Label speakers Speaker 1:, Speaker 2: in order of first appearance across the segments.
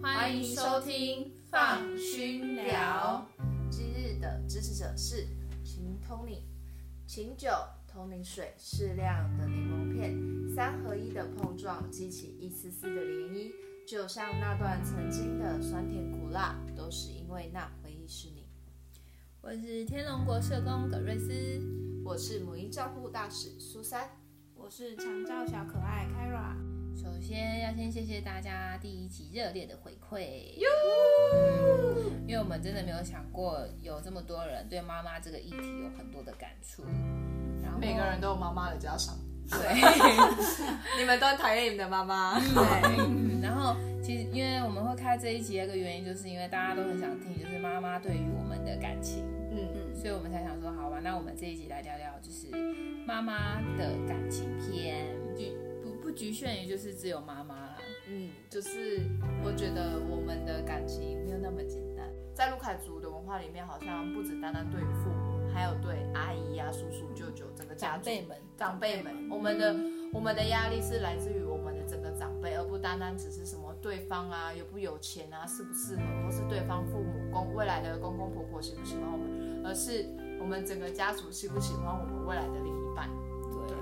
Speaker 1: 欢迎收听放勋聊。
Speaker 2: 今日的支持者是秦通灵，琴酒、通灵水、适量的柠檬片，三合一的碰撞激起一丝丝的涟漪，就像那段曾经的酸甜苦辣，都是因为那回忆是你。
Speaker 1: 我是天龙国社工葛瑞斯，
Speaker 2: 我是母婴照护大使苏珊。
Speaker 3: 我是长照小可爱 Kara，
Speaker 1: 首先要先谢谢大家第一集热烈的回馈，因为我们真的没有想过有这么多人对妈妈这个议题有很多的感触，然后
Speaker 2: 每个人都有妈妈的家常，
Speaker 1: 对。
Speaker 2: 你们都很讨厌你们的妈妈。
Speaker 1: 对，嗯然后其实因为我们会开这一集，一个原因就是因为大家都很想听，就是妈妈对于我们的感情，
Speaker 2: 嗯，
Speaker 1: 所以我们才想说，好吧，那我们这一集来聊聊就是妈妈的感情篇，局不不局限于就是只有妈妈啦。
Speaker 2: 嗯，就是我觉得我们的感情没有那么简单，在卢凯族的文化里面，好像不只单单对父母，还有对阿姨啊、叔叔、舅舅整个家族
Speaker 1: 们，
Speaker 2: 长辈们，我们的我们的压力是来自于我们的整个长辈，而不单单只是什么对方啊有不有钱啊适不适合，或是对方父母公未来的公公婆婆喜不喜欢我们，而是我们整个家族喜不喜欢我们未来的另一半。
Speaker 1: 对，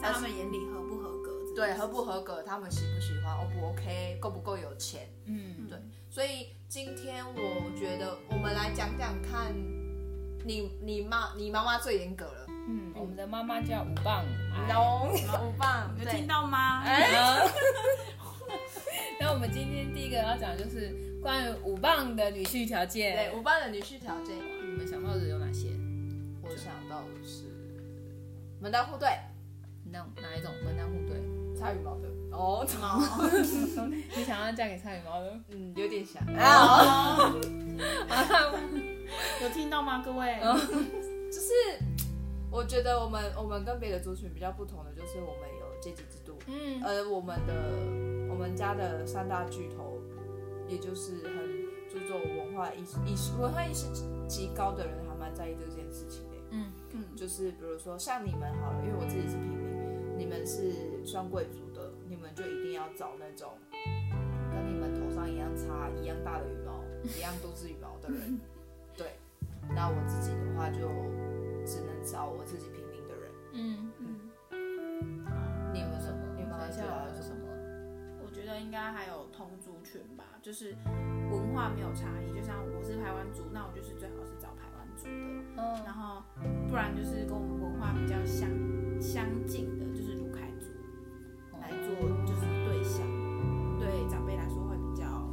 Speaker 3: 在他们眼里合不合格？
Speaker 2: 对，合不？合格，他们喜不喜欢，O 不 OK，够不够有钱，
Speaker 1: 嗯，
Speaker 2: 对，所以今天我觉得我们来讲讲看你，你妈你妈妈最严格了，
Speaker 1: 嗯，我们的妈妈叫五棒，
Speaker 2: 龙五棒，
Speaker 3: 有
Speaker 2: 对
Speaker 3: 听，到吗？
Speaker 1: 哎。 那我们今天第一个要讲就是关于五棒的女婿条件，
Speaker 2: 对五棒的女婿条件，
Speaker 1: 你们想到的有哪些？
Speaker 2: 我想到的是门当户对，
Speaker 1: 那哪一种门当户对？
Speaker 2: 擦羽毛的，哦，
Speaker 1: 你想要嫁给蔡羽毛 的？
Speaker 2: 嗯，有点像，
Speaker 3: 哦，
Speaker 1: 嗯
Speaker 3: 有听到吗，各位？
Speaker 2: 就是我觉得我们我们跟别的族群比较不同的就是我们有阶级制度，
Speaker 1: 嗯，
Speaker 2: 而呃我们的我们家的三大巨头，也就是很注重文化意识、意识文化意识极高的人，还蛮在意这件事情的。
Speaker 1: 嗯
Speaker 3: 嗯
Speaker 2: 呃就是比如说像你们好了，因为我自己是平民，你们是算贵族的，你们就一定要找那种跟你们头上一样差、一样大的羽毛、一样都是羽毛 的人。对，那我自己的话就只能找我自己平民的人。
Speaker 1: 嗯，
Speaker 3: 嗯，
Speaker 1: 你们什么？
Speaker 2: 你们
Speaker 1: 学
Speaker 2: 学
Speaker 1: 校
Speaker 2: 校
Speaker 1: 还有
Speaker 2: 有
Speaker 1: 什
Speaker 2: 什
Speaker 1: 么？
Speaker 3: 我觉得应该还有同族群吧，就是文化没有差异。就像我是台湾族，那我就是最好是找台湾族的，然
Speaker 1: 嗯，
Speaker 3: 后不然就是跟我们文化比较相相近的，就是卢凯族来做就是对象，对长辈来说会比较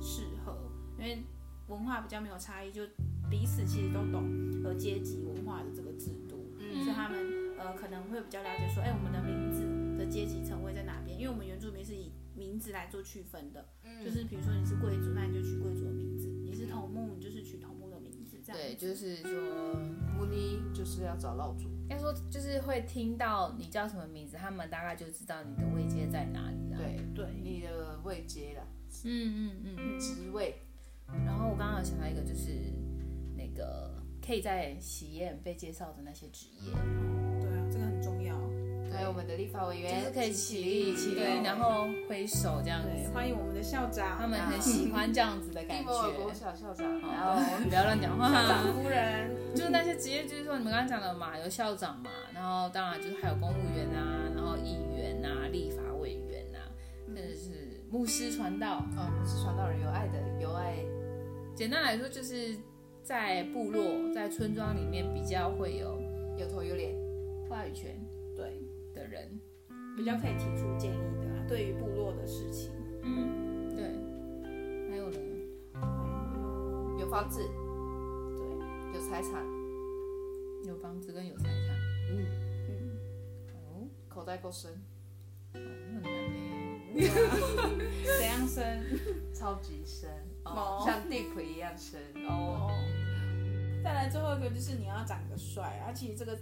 Speaker 3: 适合，因为文化比较没有差异，就彼此其实都懂呃阶级文化的这个制度，
Speaker 2: 嗯
Speaker 3: 所以他们呃可能会比较了解说，哎、我们的名字的阶级层位在哪边？因为我们原住民是以名字来做区分的，
Speaker 1: 嗯
Speaker 2: 嗯
Speaker 3: 就是比如说你是贵族，那你就取贵族的名字；你是头目，你就是取头目的名字，这样
Speaker 1: 对，就是说，
Speaker 2: 目的就是要找老主。
Speaker 1: 应该说就是会听到你叫什么名字，他们大概就知道你的位阶在哪里了。，
Speaker 2: 对，
Speaker 3: 对，
Speaker 2: 你的位阶啦，
Speaker 1: 嗯嗯嗯。
Speaker 2: 职位，
Speaker 1: 然后我刚刚有想到一个，就是那个可以在喜宴被介绍的那些职业，
Speaker 3: 对啊，这个很重要。
Speaker 2: 还有我们的立法委员，
Speaker 1: 就是可以起立起立，
Speaker 3: 对
Speaker 1: 然后挥手这样
Speaker 3: 对，
Speaker 1: 子。
Speaker 3: 欢迎我们的校长，
Speaker 1: 他们很喜欢这样子的感
Speaker 2: 立
Speaker 1: 觉。
Speaker 2: 法委国小校长，然后
Speaker 1: 哦， 不要乱讲话。
Speaker 3: 长夫人。
Speaker 1: 就是那些职业，就是说你们刚刚讲的嘛，有校长嘛，然后当然就是还有公务员啊，然后议员啊、立法委员啊，甚至是牧师、传道。
Speaker 2: 哦，我们是传道人有爱的，有爱，
Speaker 1: 简单来说，就是在部落、在村庄里面比较会有
Speaker 2: 有头有脸，
Speaker 1: 话语权
Speaker 3: 对，
Speaker 1: 的人。
Speaker 3: 比较可以提出建议的啦，啊对于部落的事情。
Speaker 1: 嗯，对。还有呢，
Speaker 2: 有房子，
Speaker 3: 对，
Speaker 2: 有财产，
Speaker 1: 有房子跟有财产。
Speaker 2: 嗯，
Speaker 3: 嗯，
Speaker 1: 哦，
Speaker 2: 口袋够深，
Speaker 1: 哦很难呢。
Speaker 3: 怎样生？
Speaker 2: 超级深，哦
Speaker 3: 毛，
Speaker 2: 像 deep 一样深哦。
Speaker 3: 嗯再来最后一个就是你要长得帅啊，其实这个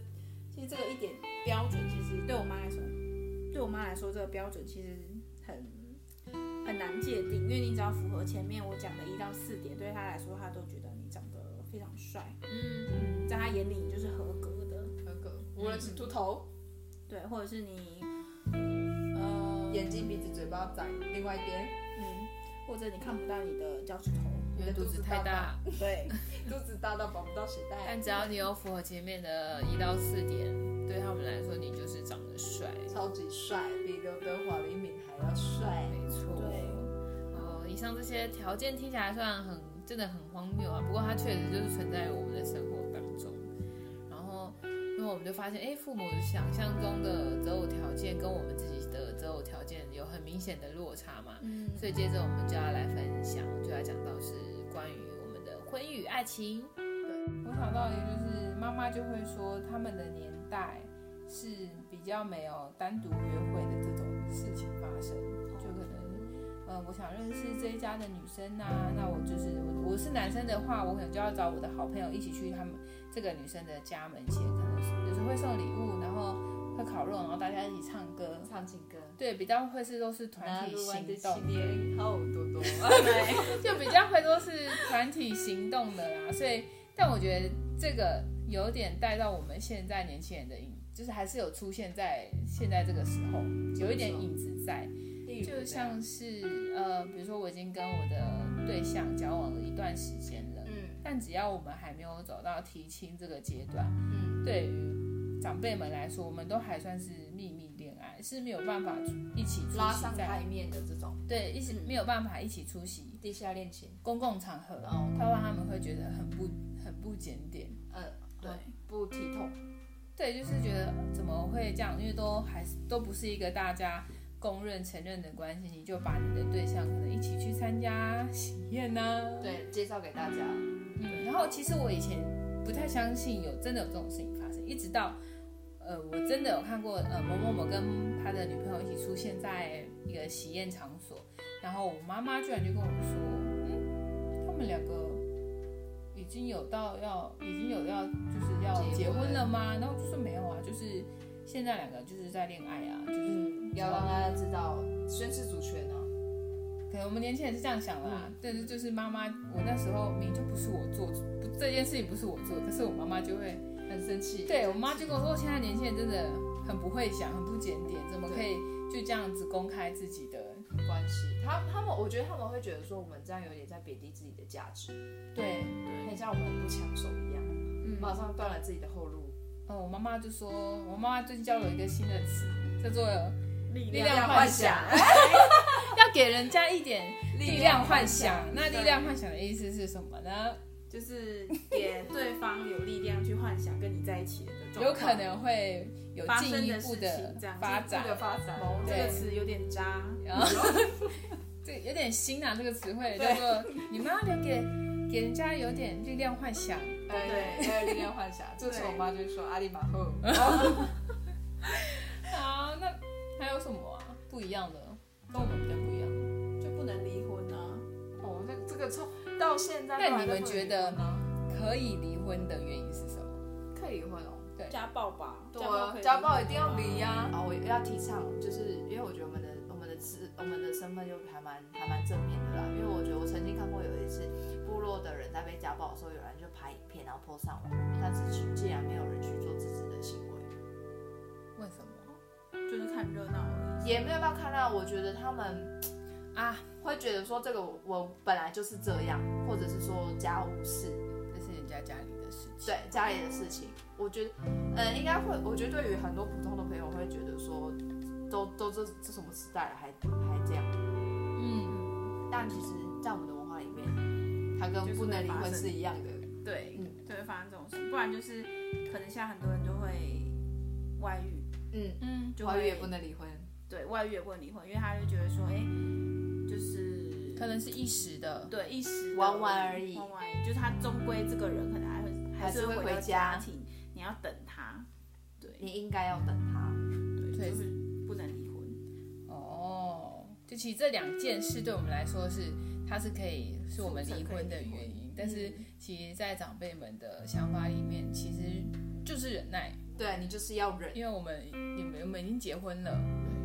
Speaker 3: 其实这个一点标准，其实对我妈来说，对我妈来说这个标准其实很很难界定，因为你只要符合前面我讲的一到四点，对她来说她都觉得你长得非常帅，
Speaker 1: 嗯
Speaker 3: 嗯，在她眼里你就是合格的，
Speaker 2: 合格，无论是秃头、
Speaker 3: 对，或者是你呃
Speaker 1: 嗯
Speaker 2: 眼睛、鼻子、嘴巴长另外一边，
Speaker 3: 嗯，或者你看不到你的脚趾头，
Speaker 1: 因为肚子太大。
Speaker 3: 对，
Speaker 2: 肚子大到绑不到鞋带
Speaker 1: 但，只要你有符合前面的一到四点，对他们来说你就是长得帅。
Speaker 2: 超级帅，比刘德华、李敏还要帅。
Speaker 1: 没错。
Speaker 3: 对
Speaker 1: 呃，以上这些条件听起来虽然很真的很荒谬啊，不过它确实就是存在于我们的生活当中。然后，因为我们就发现，哎，父母想象中的择偶条件跟我们自己的择偶条件有很明显的落差嘛，
Speaker 3: 嗯，
Speaker 1: 所以接着我们就要来分享，就要讲到是关于我们的婚姻与爱情。对，我想到的就是妈妈啊就会说，他们的年代是比较没有单独约会的这种事情发生，就可能，呃，我想认识这一家的女生呐、那我就是我我是男生的话，我可能就要找我的好朋友一起去他们这个女生的家门前，可能是就是会送礼物，然后会烤肉，然后大家一起唱歌。
Speaker 2: 唱情歌，
Speaker 1: 对，比较会是都是团体行动，
Speaker 2: 年好多多。
Speaker 1: 就比较会都是团体行动的啦，所以，但我觉得这个有点带到我们现在年轻人的影，就是还是有出现在现在这个时候，有一点影子在，就像是呃，比如说我已经跟我的对象交往了一段时间了，
Speaker 2: 嗯
Speaker 1: 但只要我们还没有走到提亲这个阶段，
Speaker 2: 嗯，
Speaker 1: 对于长辈们来说，我们都还算是秘密恋爱，是没有办法一起出
Speaker 2: 拉
Speaker 1: 席
Speaker 2: 上
Speaker 1: 在
Speaker 2: 台面的这种
Speaker 1: 对，一起
Speaker 3: 嗯
Speaker 1: 没有办法一起出席
Speaker 2: 地下恋情，
Speaker 1: 公共场合，
Speaker 2: 哦
Speaker 1: 他让他们会觉得很不很不检点。
Speaker 2: 呃，
Speaker 3: 对，
Speaker 2: 不体统，
Speaker 1: 对，就是觉得怎么会这样？因为都还是都不是一个大家公认承认的关系，你就把你的对象可能一起去参加喜宴啊呢、
Speaker 2: 对，介绍给大家。
Speaker 1: 嗯，然后其实我以前不太相信有真的有这种事情发生，一直到呃我真的有看过呃某某某跟他的女朋友一起出现在一个喜宴场所，然后我妈妈居然就跟我说，嗯，他们两个已经有到要已经有要就是要
Speaker 2: 结
Speaker 1: 结
Speaker 2: 婚
Speaker 1: 婚了吗？然后就说没有啊，就是现在两个就是在恋爱啊，就是
Speaker 2: 嗯，要让大家知道宣誓主权啊，
Speaker 1: 可能我们年轻人是这样想的啦，但是就是妈妈，我那时候明明就不是我做，不这件事情不是我做，可是我妈妈就会，
Speaker 2: 很生气。
Speaker 1: 对我妈就跟我说，现在年轻人真的很不会想，很不检点，怎么可以就这样子公开自己的？
Speaker 2: 关系，他他们我觉得他们会觉得说我们这样有点在贬低自己的价值，
Speaker 1: 对，
Speaker 2: 很像我们不抢手一样，
Speaker 3: 嗯，
Speaker 2: 马上断了自己的后路。
Speaker 1: 呃，我妈妈就说，我妈妈最近教了我一个新的词，叫做要
Speaker 3: 力
Speaker 1: 力量 幻想，给人家一点力量幻想。那力量幻想的意思是什么呢？
Speaker 3: 就是给对方有力量去幻想跟你在一起的状况
Speaker 1: 有可能会有
Speaker 3: 发
Speaker 1: 进
Speaker 3: 生
Speaker 1: 一
Speaker 3: 的
Speaker 1: 步
Speaker 3: 事情这样
Speaker 1: 发
Speaker 3: 进
Speaker 1: 展
Speaker 2: 这。个发展，
Speaker 3: 哦这
Speaker 1: 对
Speaker 3: 个词有点渣，
Speaker 1: 然后这有点新啊，这个词汇叫
Speaker 3: 对
Speaker 1: 做你们要留给给人家有点力量幻想。
Speaker 2: 哎
Speaker 3: 对
Speaker 2: 对，力量幻想。这时候我妈就说阿里马后，
Speaker 1: 好，啊那还有什么啊？不一样的，跟我们比较不一样。
Speaker 3: 就不能离婚啊。
Speaker 2: 哦，那这个从到现在，
Speaker 1: 那你们觉得
Speaker 2: 呢？
Speaker 1: 可以离婚的原因是什么？
Speaker 2: 可以离婚哦。
Speaker 3: 家暴吧，
Speaker 2: 对啊
Speaker 3: 可，以
Speaker 2: 家暴一定要离呀、啊！我要提倡，就是因为我觉得我们的我们的资我们的身份就还蛮还蛮正面的啦。因为我觉得我曾经看过有一次部落的人在被家暴的时候，有人就拍影片然后 po 上网，但是竟然没有人去做制止的行为，
Speaker 1: 为什么
Speaker 3: 就是看热闹而已。
Speaker 2: 也没有办法看到。我觉得他们
Speaker 1: 啊？
Speaker 2: 会觉得说这个我我本来就是这样，或者是说家务事，
Speaker 1: 这是人家家里的事情。
Speaker 2: 对家里的事情，我觉得，呃，应该会，我觉得对于很多普通的朋友会觉得说，都都这这什么时代了，还还这样。
Speaker 1: 嗯，
Speaker 2: 但其实，在我们的文化里面，它跟
Speaker 3: 就是
Speaker 2: 不能
Speaker 3: 会
Speaker 2: 离
Speaker 3: 发
Speaker 2: 婚
Speaker 3: 生
Speaker 2: 是一样的。
Speaker 3: 对
Speaker 2: 嗯，
Speaker 3: 就会发生这种事，不然就是可能现在很多人就会外遇，
Speaker 2: 嗯，
Speaker 1: 嗯，
Speaker 3: 就
Speaker 2: 外遇
Speaker 3: 会
Speaker 2: 也不能离婚。
Speaker 3: 对外遇也不能离婚，因为他就觉得说，哎，就是
Speaker 1: 可能是一时的。
Speaker 3: 对一时的
Speaker 2: 玩玩而已
Speaker 3: 玩玩而已，就是他终归这个人可能还会
Speaker 2: 还是
Speaker 3: 是
Speaker 2: 会
Speaker 3: 到
Speaker 2: 回家
Speaker 3: 家庭，你要等他，对
Speaker 2: 你应该要等他。
Speaker 1: 对
Speaker 3: 对，就是不能离婚，
Speaker 1: 哦，就其实这两件事对我们来说是，它是可以是我们离婚的原因，但是其实，在长辈们的想法里面，其实就是忍耐。
Speaker 2: 对你就是要忍，
Speaker 1: 因为我们你们我们已经结婚了，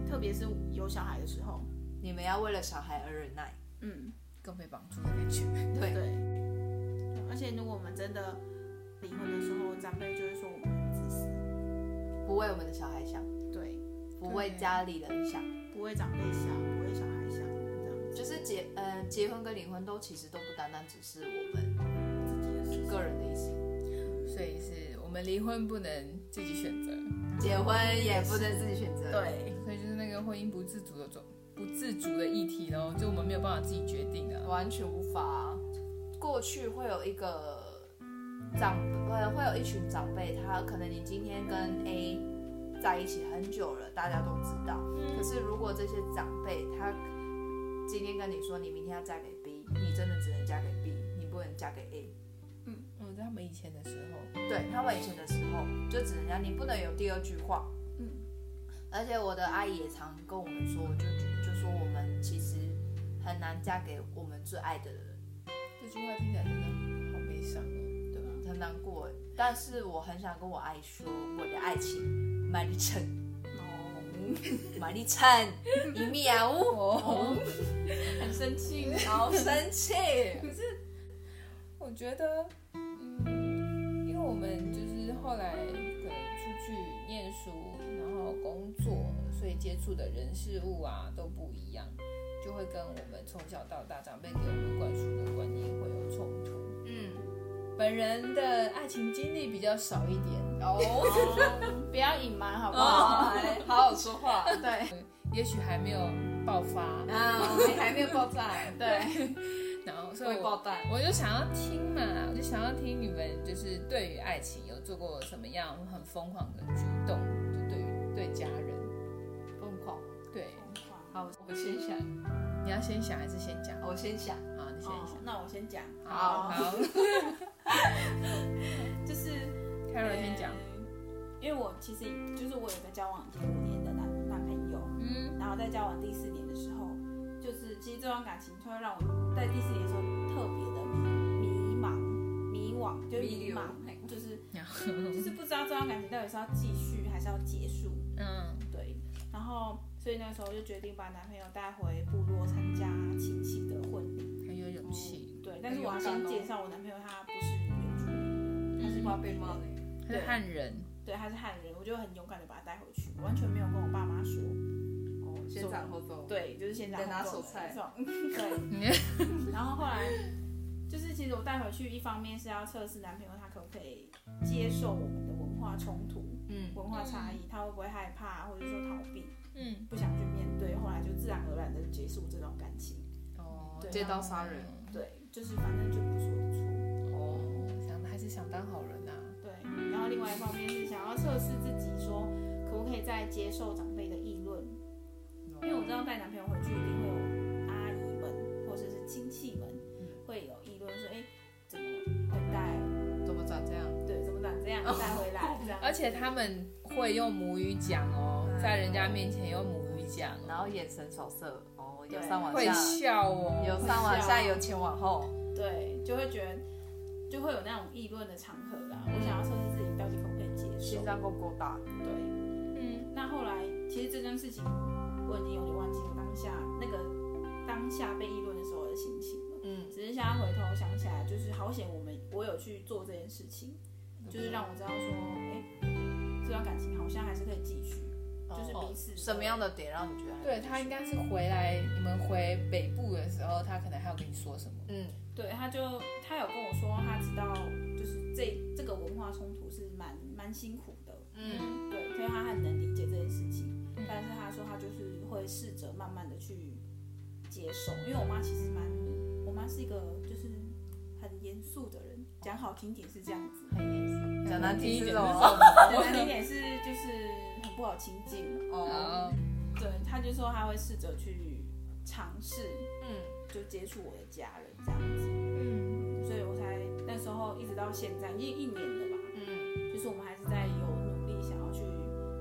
Speaker 3: 特别是有小孩的时候，
Speaker 2: 你们要为了小孩而忍耐。
Speaker 3: 嗯，
Speaker 1: 更被绑住的感觉。
Speaker 2: 对，
Speaker 3: 对，而且如果我们真的离婚的时候，长辈就会说我们很自私，
Speaker 2: 不为我们的小孩想，
Speaker 3: 对，
Speaker 2: 不为家里人想，
Speaker 3: 不为长辈想，不为小孩想，这样子。
Speaker 2: 就是是结呃结婚跟离婚都其实都不单单只是我们自己的个人的意思，
Speaker 1: 所以是我们离婚不能自己选择，
Speaker 2: 结婚也不能自己选择。，
Speaker 1: 对，所以就是那个婚姻不自主的种不自主的议题咯，就我们没有办法自己决定啊。
Speaker 2: 完全无法。过去会有一个长呃会有一群长辈，他可能你今天跟 A 在一起很久了，大家都知道。可是如果这些长辈他今天跟你说你明天要嫁给 B，你真的只能嫁给 B，你不能嫁给 A。
Speaker 1: 嗯，在他们以前的时候，
Speaker 2: 对他们以前的时候，就只能这样，你不能有第二句话。
Speaker 3: 嗯，
Speaker 2: 而且我的阿姨也常跟我们说，就就说我们其实很难嫁给我们最爱的人，
Speaker 1: 这句话听起来真的好悲伤哦。
Speaker 2: 对吧？很难过欸。但是我很想跟我阿姨说，我的爱情买力成，
Speaker 3: 哦，
Speaker 2: 买力成，一米啊
Speaker 1: 哦
Speaker 2: 呜，
Speaker 3: 很生气。
Speaker 2: 好生气。
Speaker 1: 我觉得，嗯，因为我们就是后来可能出去念书，然后工作，所以接触的人事物啊都不一样，就会跟我们从小到大长辈给我们灌输的观念会有冲突。
Speaker 2: 嗯，
Speaker 1: 本人的爱情经历比较少一点，
Speaker 2: 哦，
Speaker 3: 不要隐瞒好不好？
Speaker 2: 好好说 话。
Speaker 3: 对
Speaker 1: 也许还没有爆发，
Speaker 2: 啊，你还没有爆炸，欸
Speaker 3: 对，
Speaker 1: 然后所以
Speaker 2: 会
Speaker 1: 我
Speaker 2: 爆弹。
Speaker 1: 我就想要听嘛，我就想要听你们就是对于爱情有做过什么样很疯狂的举动，就对于对家人，
Speaker 2: 疯狂。
Speaker 1: 对，
Speaker 2: 好，我先想，
Speaker 1: 你要先想还是先讲？
Speaker 2: 我先想。
Speaker 1: 好，你先
Speaker 3: 哦
Speaker 1: 想。，
Speaker 3: 那我先讲，
Speaker 1: 好好
Speaker 3: 就是
Speaker 1: ，Carol 先讲。
Speaker 3: 呃因为我其实就是我有一个交往第五年的男男朋友，
Speaker 1: 嗯，
Speaker 3: 然后在交往第四年的时候，就是其实这段感情就会让我在第四年的时候特别的迷迷茫、迷惘，就是迷茫， 就是就是不知道这段感情到底是要继续还是要结束。
Speaker 1: 嗯，
Speaker 3: 对，然后所以那时候就决定把男朋友带回部落参加亲戚的婚礼。
Speaker 1: 很有勇
Speaker 2: 嗯
Speaker 1: 气，
Speaker 3: 对，但是我要先介绍我男朋友，他不是原住民，他是
Speaker 2: 怕被骂
Speaker 3: 的。
Speaker 1: 他是汉人，
Speaker 3: 对，他是汉人，我就很勇敢的把他带回去，完全没有跟我爸妈说。哦，
Speaker 2: 先
Speaker 3: 走
Speaker 2: 斩后奏。
Speaker 3: 对，就是现在
Speaker 2: 再拿
Speaker 3: 很
Speaker 2: 手
Speaker 3: 重
Speaker 2: 菜
Speaker 3: 的那种对，然后后来就是其实我带回去，一方面是要测试男朋友他可不可以接受我们的文化冲突、
Speaker 2: 嗯，
Speaker 3: 文化差异，他会不会害怕，或者说逃避，
Speaker 1: 嗯，
Speaker 3: 不想去面对，后来就自然而然的结束这种感情。
Speaker 1: 哦
Speaker 3: 对
Speaker 2: 借刀杀人。
Speaker 3: 对，就是反正就不是我的错。
Speaker 1: 哦，想还是想当好人啊呐。
Speaker 3: 对，然后另外一方面是想要测试自己，说可不可以再接受长辈的议论，
Speaker 1: 哦
Speaker 3: 因为我知道带男朋友回去一定会有阿姨们或者是亲戚们
Speaker 2: 嗯
Speaker 3: 会有议论说，哎，怎么会带，
Speaker 2: 怎么长这样？
Speaker 3: 对，怎么长这样带回来 这样，
Speaker 1: 哦而且他们会用母语讲哦，
Speaker 2: 嗯
Speaker 1: 在人家面前用母语讲哦，
Speaker 2: 然后眼神扫射，哦，
Speaker 3: 对
Speaker 2: 由上往
Speaker 1: 会
Speaker 2: 下，
Speaker 1: 笑哦，
Speaker 2: 由上往下，
Speaker 3: 会笑
Speaker 2: 由前往后。
Speaker 3: 对，就会觉得就会有那种议论的场合啦。我想要测试自己到底可不可以接
Speaker 2: 心
Speaker 3: 受，
Speaker 2: 脏够不够大？
Speaker 3: 对。
Speaker 1: 嗯
Speaker 3: 那后来其实这件事情我已经有点忘记我当下那个当下被议论的时候的心情了，
Speaker 2: 嗯，
Speaker 3: 只是现在回头想起来，就是好险我们我有去做这件事情，就是让我知道说，哎、这段感情好像还是可以继续，就是
Speaker 2: 哦
Speaker 3: 彼此的
Speaker 2: 什么样的点让你觉得还？
Speaker 1: 对他应该是回来，你们回北部的时候，他可能还要跟你说什么。
Speaker 2: 嗯，
Speaker 3: 对，他就他有跟我说，他知道就是这这个文化冲突是蛮蛮辛苦的，
Speaker 2: 嗯，
Speaker 3: 对，所以他很能理解这件事情，
Speaker 1: 嗯
Speaker 3: 但是他说他就是会试着慢慢的去接受，因为我妈其实蛮，我妈是一个就是很严肃的人，讲好听点是这样 子，
Speaker 1: 很严肃
Speaker 2: 讲难听一点是什
Speaker 1: 哦。
Speaker 2: 么？
Speaker 3: 讲难听点是就是很不好亲近，
Speaker 2: 哦，
Speaker 3: 对，他就说他会试着去尝试，
Speaker 2: 嗯，
Speaker 3: 就接触我的家人这样子，
Speaker 1: 嗯
Speaker 3: 所以我才那时候一直到现在已经一年了吧，
Speaker 2: 嗯，
Speaker 3: 就是我们还是在有努力想要去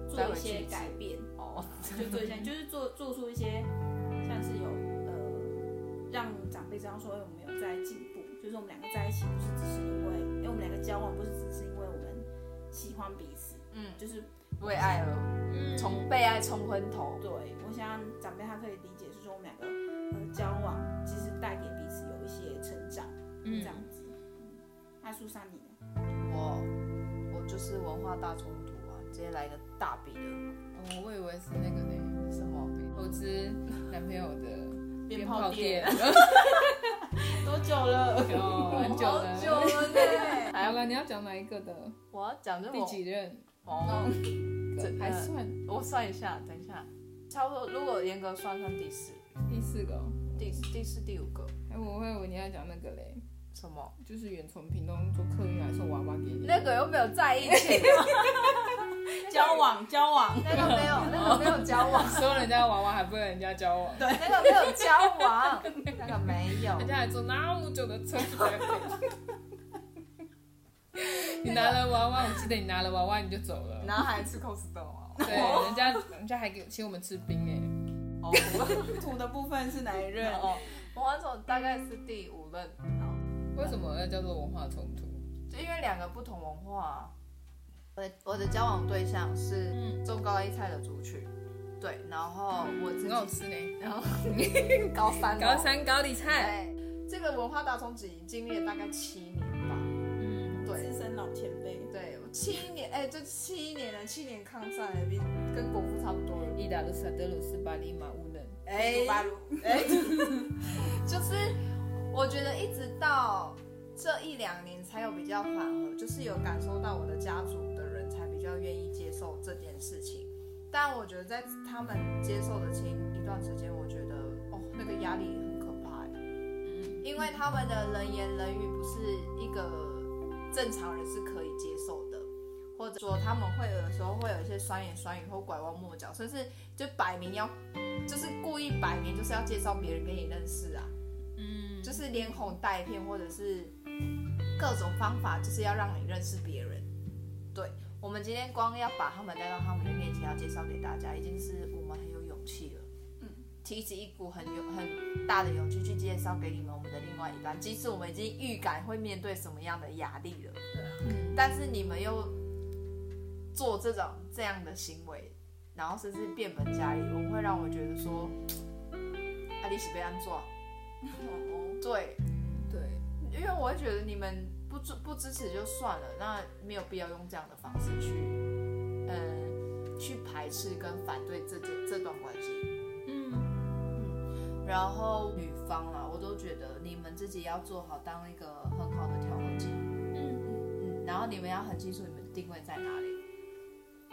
Speaker 3: 做
Speaker 2: 再回
Speaker 3: 一些
Speaker 2: 去一次
Speaker 3: 改变。
Speaker 2: 哦，
Speaker 3: 就做一些，就是做做出一些像是有呃让长辈知道说，哎，我们有在进步，就是我们两个在一起不是只是因为，哎，我们两个交往不是只是因为我们喜欢彼此，
Speaker 2: 嗯，
Speaker 3: 就是
Speaker 2: 为爱而
Speaker 1: 嗯
Speaker 2: 从被爱冲昏头。
Speaker 3: 对我想让长辈他可以理解，是说我们两个呃交往其实带给彼此有一些成长，
Speaker 2: 嗯
Speaker 1: 嗯
Speaker 3: 这样子。嗯那苏珊你呢？
Speaker 2: 我，我就是文化大冲突啊，直接来一个大笔的
Speaker 1: 哦我以为是那个呢，
Speaker 2: 什么？
Speaker 1: 投资男朋友的
Speaker 2: 鞭
Speaker 1: 鞭
Speaker 2: 炮
Speaker 1: 炮
Speaker 2: 店
Speaker 1: 店，
Speaker 2: 多久了？
Speaker 1: 哦，很久
Speaker 2: 好
Speaker 1: 了。
Speaker 2: 久了 呢。
Speaker 1: 好了，你要讲哪一个的？
Speaker 2: 我要讲这
Speaker 1: 第
Speaker 2: 么
Speaker 1: 几任？
Speaker 2: 哦，这
Speaker 1: 还算
Speaker 2: 我算一下，等一下，差不多。如果严格算，算第四、
Speaker 1: 第四个哦。
Speaker 2: 第第四、第五个
Speaker 1: 哎，我会以为你要讲那个嘞，
Speaker 2: 什么？
Speaker 1: 就是远从屏东坐客运来送娃娃给你。
Speaker 2: 那个又没有在一起，
Speaker 3: 交往交往，
Speaker 2: 那个没有，那个没有交往，
Speaker 1: 收人家娃娃还不跟人家交往，
Speaker 2: 那个没有交往，那个没有
Speaker 1: 人。家还坐那么久的车去台北。你拿了娃娃，我记得你拿了娃娃你就走了。
Speaker 2: 男孩吃 cos 的哦，
Speaker 1: 对，人家人家还给请我们吃冰哎、
Speaker 2: 哦，
Speaker 3: 土的部分是哪一任？
Speaker 2: 哦，我王总大概是第五任，
Speaker 1: 为什么要叫做文化冲突？
Speaker 2: 就因为两个不同文化啊。我的我的交往对象是
Speaker 1: 嗯
Speaker 2: 中高一菜的族群，对，然后我自
Speaker 1: 很好
Speaker 2: 己
Speaker 1: 吃呢，
Speaker 2: 然后哦高三哦
Speaker 1: 高三高丽菜。
Speaker 2: 对，这个文化大冲击经历了大概七年吧，
Speaker 1: 嗯，
Speaker 2: 对
Speaker 3: 资深老前辈，
Speaker 2: 对，我七年，哎，这七年了，七年抗战了，比跟国父差不多了。
Speaker 1: 伊达鲁萨德鲁斯巴利马乌人，
Speaker 2: 哎
Speaker 3: 八路，
Speaker 2: 哎，就是我觉得一直到这一两年才有比较缓和，就是有感受到我的家族的人才比较愿意接受这件事情。但我觉得在他们接受的前一段时间，我觉得哦，那个压力很可怕哎，因为他们的人言人语不是一个正常人是可以接受的。或者说他们会有的时候会有一些酸言酸语或拐弯抹角，甚至就摆明要就是故意摆明就是要介绍别人给你认识啊，
Speaker 1: 嗯，
Speaker 2: 就是连哄带骗，或者是各种方法，就是要让你认识别人。对我们今天光要把他们带到他们的面前，要介绍给大家，已经是我们很有勇气了。
Speaker 3: 嗯，
Speaker 2: 提起一股很有很大的勇气去介绍给你们我们的另外一半，即使我们已经预感会面对什么样的压力了，
Speaker 1: 嗯
Speaker 2: 但是你们又做这种这样的行为，然后甚至变本加厉，我会让我觉得说，啊，你是被安抓，
Speaker 3: 哦，
Speaker 2: 对，
Speaker 1: 对，
Speaker 2: 因为我会觉得你们不支不支持就算了，那没有必要用这样的方式去，嗯，去排斥跟反对这件这段关系。
Speaker 1: 嗯，
Speaker 2: 然后女方啦，我都觉得你们自己要做好当一个很好的调和剂，嗯，然后你们要很清楚你们的定位在哪里。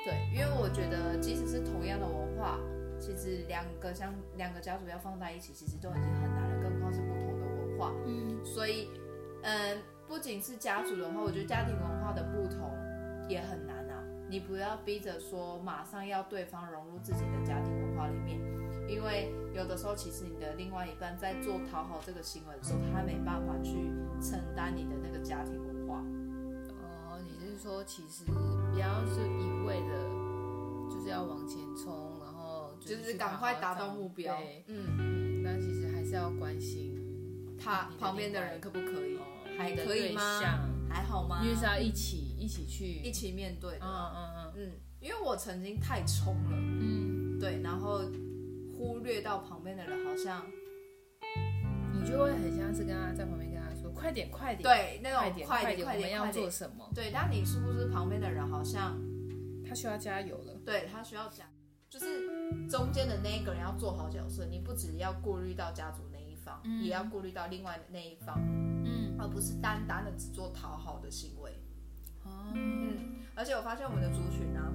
Speaker 2: 对，因为我觉得即使是同样的文化，其实两个相两个家族要放在一起，其实都已经很难了，更何况是不同的文化。
Speaker 1: 嗯，
Speaker 2: 所以，嗯，不仅是家族的话，我觉得家庭文化的不同也很难啊。你不要逼着说马上要对方融入自己的家庭文化里面，因为有的时候其实你的另外一半在做讨好这个行为的时候，他没办法去承担你的那个家庭文化。
Speaker 1: 哦，你是说其实不要是一味的，就是要往前冲，然后
Speaker 2: 就是
Speaker 1: 去
Speaker 2: 赶快
Speaker 1: 好好
Speaker 2: 达
Speaker 1: 照
Speaker 2: 到目标
Speaker 1: 对，
Speaker 2: 嗯，
Speaker 1: 嗯，那其实还是要关心
Speaker 2: 他
Speaker 1: 你的
Speaker 2: 旁边的
Speaker 1: 另外
Speaker 2: 人可不可以
Speaker 1: 哦？
Speaker 2: 还
Speaker 1: 你的
Speaker 2: 可以
Speaker 1: 对
Speaker 2: 吗
Speaker 1: 象，
Speaker 2: 还好吗
Speaker 1: 因？为是要一起一起去，
Speaker 2: 一，起面对的
Speaker 1: 嗯
Speaker 2: 啊。
Speaker 1: 嗯
Speaker 2: 嗯，因为我曾经太冲了。
Speaker 1: 嗯
Speaker 2: 对，然后忽略到旁边的人，好像
Speaker 1: 嗯，你就会很像是跟他在旁边跟他说，快点快点，，
Speaker 2: 对那
Speaker 1: 快
Speaker 2: 种
Speaker 1: 点
Speaker 2: 快
Speaker 1: 点，我
Speaker 2: 快
Speaker 1: 们
Speaker 2: 点
Speaker 1: 要
Speaker 2: 快
Speaker 1: 做
Speaker 2: 点。
Speaker 1: 什么？
Speaker 2: 对，但你是不是旁边的人好像
Speaker 1: 他需要加油了，
Speaker 2: 对他需要讲，就是中间的那一个人要做好角色，你不只要顾虑到家族那一方，
Speaker 1: 嗯
Speaker 2: 也要顾虑到另外那一方，
Speaker 1: 嗯，
Speaker 2: 而不是单单的只做讨好的行为。
Speaker 1: 哦，
Speaker 2: 嗯，而且我发现我们的族群啊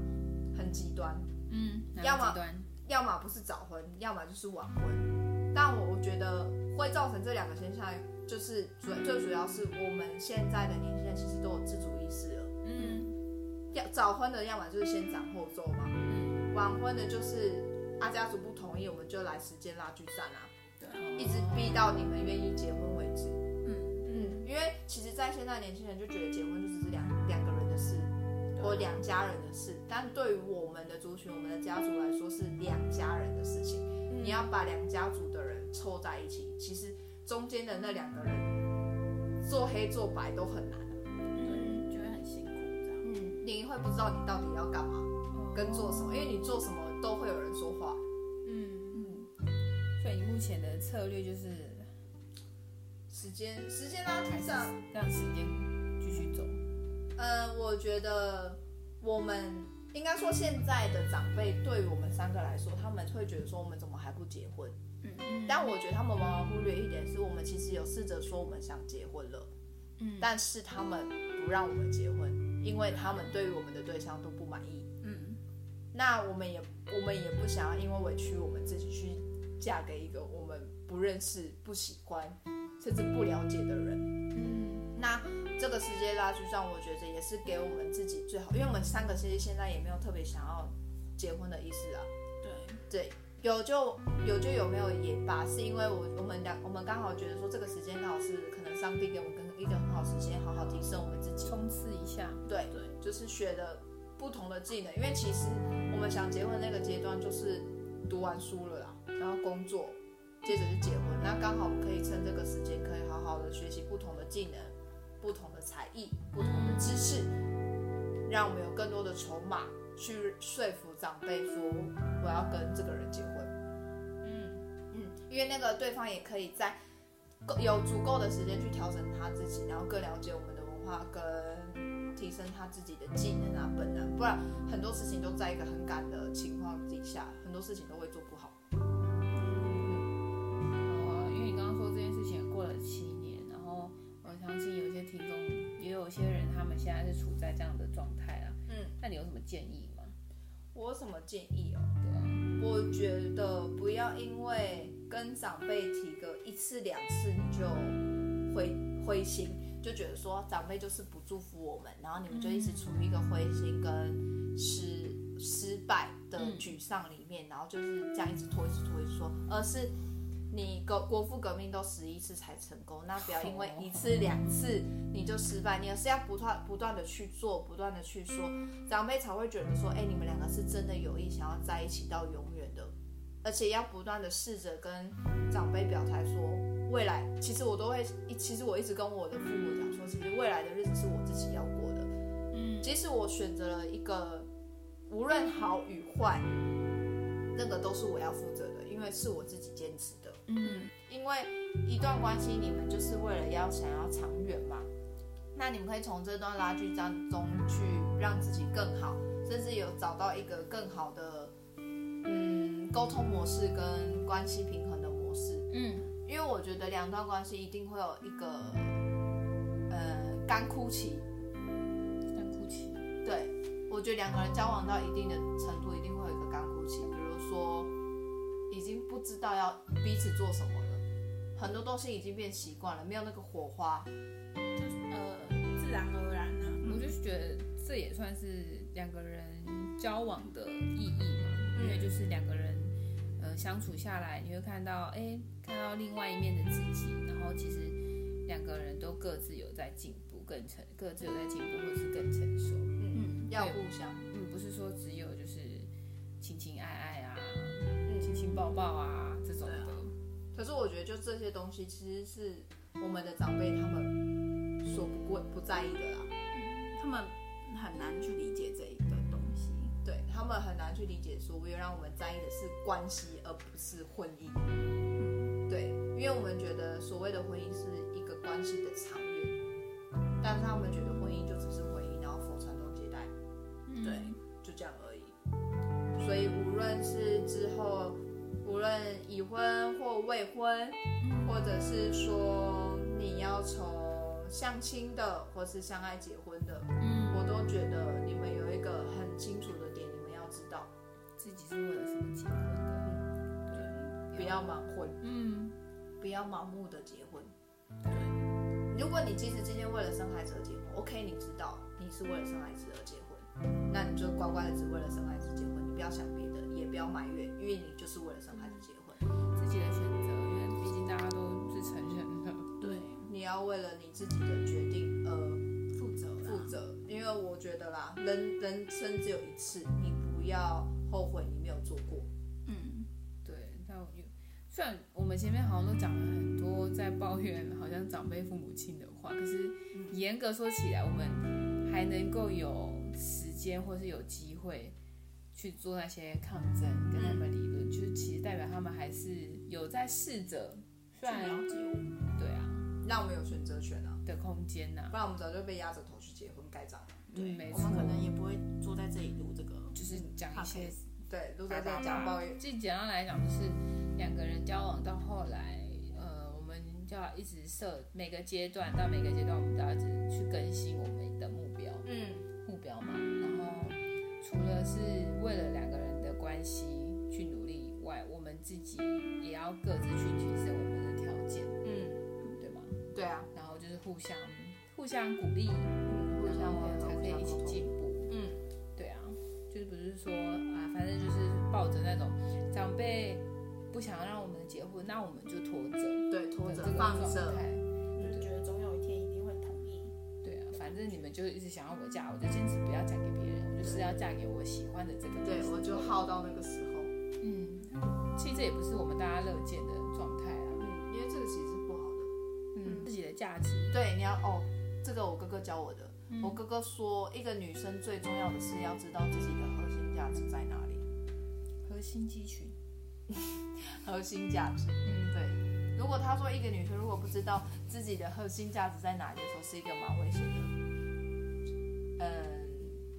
Speaker 2: 很极端，
Speaker 1: 嗯，哪个
Speaker 2: 要么
Speaker 1: 极端，
Speaker 2: 要么不是早婚，要么就是晚婚。但我我觉得会造成这两个现象，就是主最主要是我们现在的年轻人其实都有自主意识了。
Speaker 1: 嗯
Speaker 2: 要早婚的，要么就是先斩后奏嘛；
Speaker 1: 嗯，
Speaker 2: 晚婚的，就是啊家族不同意，我们就来时间拉锯战啊，
Speaker 1: 嗯
Speaker 2: 一直逼到你们愿意结婚为止。
Speaker 3: 嗯，
Speaker 2: 嗯，因为其实，在现在年轻人就觉得结婚就只是两两个人的事，或两家人的事。但对于我们的族群、我们的家族来说，是两家人的事情。
Speaker 3: 嗯
Speaker 2: 你要把两家族的人凑在一起，其实中间的那两个人做黑做白都很难。
Speaker 3: 对，就会很辛苦这样。
Speaker 2: 嗯，你会不知道你到底要干嘛跟做什么，因为你做什么都会有人说话。
Speaker 1: 嗯，
Speaker 2: 嗯，
Speaker 1: 所以你目前的策略就是
Speaker 2: 时间时间拉
Speaker 1: 还
Speaker 2: 锯
Speaker 1: 是
Speaker 2: 战。
Speaker 1: 让时间继续走。
Speaker 2: 嗯，我觉得我们应该说现在的长辈对于我们三个来说，他们会觉得说我们怎么还不结婚？
Speaker 3: 嗯
Speaker 2: 但我觉得他们往往忽略一点是，我们其实有试着说我们想结婚了，
Speaker 3: 嗯
Speaker 2: 但是他们不让我们结婚，因为他们对于我们的对象都不满意。
Speaker 3: 嗯
Speaker 2: 那我们也我们也不想要因为委屈我们自己去嫁给一个我们不认识、不喜欢，甚至不了解的人。
Speaker 3: 嗯
Speaker 2: 那这个世界拉锯战，我觉得也是给我们自己最好，因为我们三个其实现在也没有特别想要结婚的意思啊。
Speaker 3: 对，
Speaker 2: 对，有就有就有，没有也罢，是因为我我们两我们刚好觉得说这个时间刚好是可能上帝给我们跟一个很好时间，好好提升我们自己。
Speaker 1: 冲刺一下，
Speaker 2: 对对，就是学了不同的技能，因为其实我们想结婚那个阶段就是读完书了啦，然后工作，接着就结婚，那刚好可以趁这个时间可以好好的学习不同的技能、不同的才艺、不同的知识，让我们有更多的筹码去说服长辈说我要跟这个人结婚。
Speaker 1: 嗯，
Speaker 2: 嗯，因为那个对方也可以在够有足够的时间去调整他自己，然后更了解我们的文化，跟提升他自己的技能啊本能，不然很多事情都在一个很赶的情况底下，很多事情都会做不好。
Speaker 1: 好啊，因为你刚刚说这件事情也过了七年，然后我相信有些听众也有些人他们现在是处在这样的状态啦，
Speaker 2: 嗯，
Speaker 1: 那你有什么建议吗？
Speaker 2: 我有什么建议哦？
Speaker 1: 对啊，
Speaker 2: 我觉得不要因为跟长辈提个一次两次你就灰灰心，就觉得说长辈就是不祝福我们，然后你们就一直处于一个灰心跟失失败的沮丧里面，然后就是这样一直拖一直拖一直说，而是你国国父革命都十一次才成功，那不要因为一次两次你就失败，你而是要不断不断的去做，不断的去说，长辈才会觉得说，哎、你们两个是真的有意想要在一起到永远的，而且要不断的试着跟长辈表态说，未来其实我都会，其实我一直跟我的父母讲说，其实未来的日子是我自己要过的，
Speaker 1: 嗯，
Speaker 2: 即使我选择了一个无论好与坏，那个都是我要负责的，因为是我自己坚持的。
Speaker 3: 嗯
Speaker 2: 因为一段关系，你们就是为了要想要长远嘛。那你们可以从这段拉锯战中去让自己更好，甚至有找到一个更好的嗯沟通模式跟关系平衡的模式。
Speaker 1: 嗯，
Speaker 2: 因为我觉得两段关系一定会有一个呃干枯期，
Speaker 1: 但哭泣，
Speaker 2: 对，我觉得两个人交往到一定的程度，一定会有一个干枯期，比如说已经不知道要彼此做什么了，很多东西已经变习惯了，没有那个火花。
Speaker 3: 呃，自然而然啊，
Speaker 1: 我就觉得这也算是两个人交往的意义嘛，因为就是两个人呃相处下来，你会看到哎、诶看到另外一面的自己，然后其实两个人都各自有在进步，更成各自有在进步，或者是更成熟。
Speaker 2: 嗯，要
Speaker 1: 对
Speaker 2: 互相。
Speaker 1: 嗯，不是说只有就是亲亲爱爱啊，
Speaker 2: 嗯
Speaker 1: 亲亲抱抱啊这种的。
Speaker 2: 可是我觉得就这些东西，其实是我们的长辈他们所不过不在意的啦。
Speaker 3: 他们很难去理解这一个东西。
Speaker 2: 对他们很难去理解说，原来我们在意的是关系，而不是婚姻。对，因为我们觉得所谓的婚姻是一个关系的长远，但是他们觉得婚姻就只是婚姻，然后佛传宗接代，
Speaker 1: 嗯
Speaker 3: 对，
Speaker 2: 就这样而已。所以无论是之后，无论已婚或未婚，或者是说你要从相亲的或是相爱结婚的，
Speaker 1: 嗯，
Speaker 2: 我都觉得你们有一个很清楚的点，你们要知道。
Speaker 1: 自己是为了什么结婚的？对
Speaker 2: 不要盲婚，
Speaker 1: 嗯，
Speaker 2: 不要盲目的结婚。
Speaker 1: 对，
Speaker 2: 如果你即使今天为了生孩子而结婚，OK，你知道你是为了生孩子而结婚，那你就乖乖的只为了生孩子结婚，你不要想别的，也不要埋怨，因为你就是为了生孩子结婚。
Speaker 1: 自己的选择，因为毕竟大家都是成人了。
Speaker 3: 对，
Speaker 2: 你要为了你自己的决定而
Speaker 3: 负责啦
Speaker 2: 负责，因为我觉得啦，人人生只有一次，你不要后悔你没有做过。
Speaker 3: 嗯，
Speaker 1: 对，但我就虽然我们前面好像都讲了很多在抱怨好像长辈父母亲的话，可是严格说起来，我们还能够有时间或是有机会去做那些抗争，跟他们理论，就是其实代表他们还是有在试着，虽
Speaker 3: 去
Speaker 1: 然
Speaker 3: 了解我们。
Speaker 1: 对啊
Speaker 2: 让我们有选择权啊，
Speaker 1: 的空间呐、
Speaker 2: 不然我们早就被压着头去结婚盖章了。
Speaker 1: 嗯没
Speaker 3: 我
Speaker 1: 错
Speaker 3: 们，可能也不会坐在这里录这个，
Speaker 1: 就是讲一些
Speaker 3: podcast
Speaker 2: 对，陆在在
Speaker 1: 啊
Speaker 2: 家暴也
Speaker 1: 最简单来讲，就是两个人交往到后来，呃，我们就要一直设每个阶段到每个阶段，我们都要一直去更新我们的目标
Speaker 2: 嗯
Speaker 1: 目标嘛。然后除了是为了两个人的关系去努力以外，我们自己也要各自去提升我们的条件，
Speaker 2: 嗯，
Speaker 1: 对吗？
Speaker 2: 对啊，
Speaker 1: 然后就是互相互相鼓励，
Speaker 2: 互
Speaker 1: 然
Speaker 2: 相
Speaker 1: 后
Speaker 2: 配合
Speaker 1: 才可以一起。进步。
Speaker 2: 互相沟通嗯，
Speaker 1: 对啊，就是不是说啊，反正就是抱着那种长辈不想让我们结婚，那我们就拖着，
Speaker 2: 对，拖着
Speaker 1: 这个
Speaker 2: 放
Speaker 1: 状
Speaker 2: 着，
Speaker 1: 态。
Speaker 3: 就觉得总有一天一定会同意。
Speaker 1: 对啊，反正你们就一直想要我嫁，我就坚持不要嫁给别人，我就是要嫁给我喜欢的这个人。
Speaker 2: 对我就耗到那个时候。
Speaker 1: 嗯，其实这也不是我们大家乐见的状态啊。
Speaker 2: 嗯，因为这个其实是不好的。
Speaker 1: 嗯，自己的价值，
Speaker 2: 对，你要哦，这个我哥哥教我的。
Speaker 1: 嗯
Speaker 2: 我哥哥说，一个女生最重要的是要知道自己的核心价值在哪里。
Speaker 1: 核心肌群。
Speaker 2: 核心价值，
Speaker 1: 嗯，
Speaker 2: 对。如果他说一个女生如果不知道自己的核心价值在哪里的时候，是一个蛮危险的，嗯，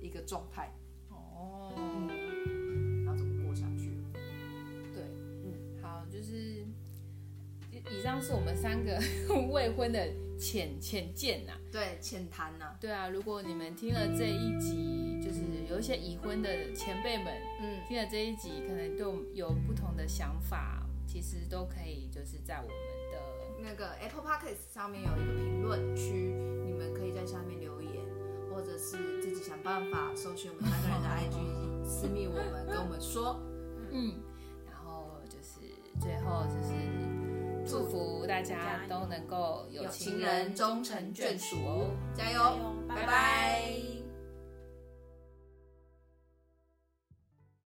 Speaker 2: 一个状态。
Speaker 1: 哦，
Speaker 2: 然后嗯怎么过下去？
Speaker 1: 对，好，就是以以上是我们三个 未婚的浅浅见呐、
Speaker 2: 对，浅谈呐、
Speaker 1: 对啊，如果你们听了这一集，就是有一些已婚的前辈们
Speaker 2: 嗯，
Speaker 1: 听了这一集，可能对我们有不同的想法，其实都可以就是在我们的
Speaker 2: 那个 Apple Podcast 上面有一个评论区，你们可以在下面留言，或者是自己想办法搜寻我们三个 人的 IG 私密我们，跟我们说。
Speaker 1: 嗯，然后就是最后就是祝福大家都能够有
Speaker 2: 有
Speaker 1: 情
Speaker 2: 情
Speaker 1: 人
Speaker 2: 人终
Speaker 1: 成
Speaker 2: 成
Speaker 1: 眷
Speaker 2: 眷
Speaker 1: 属
Speaker 2: 属
Speaker 1: 哦。
Speaker 2: 加油，
Speaker 3: 加油拜
Speaker 2: 拜拜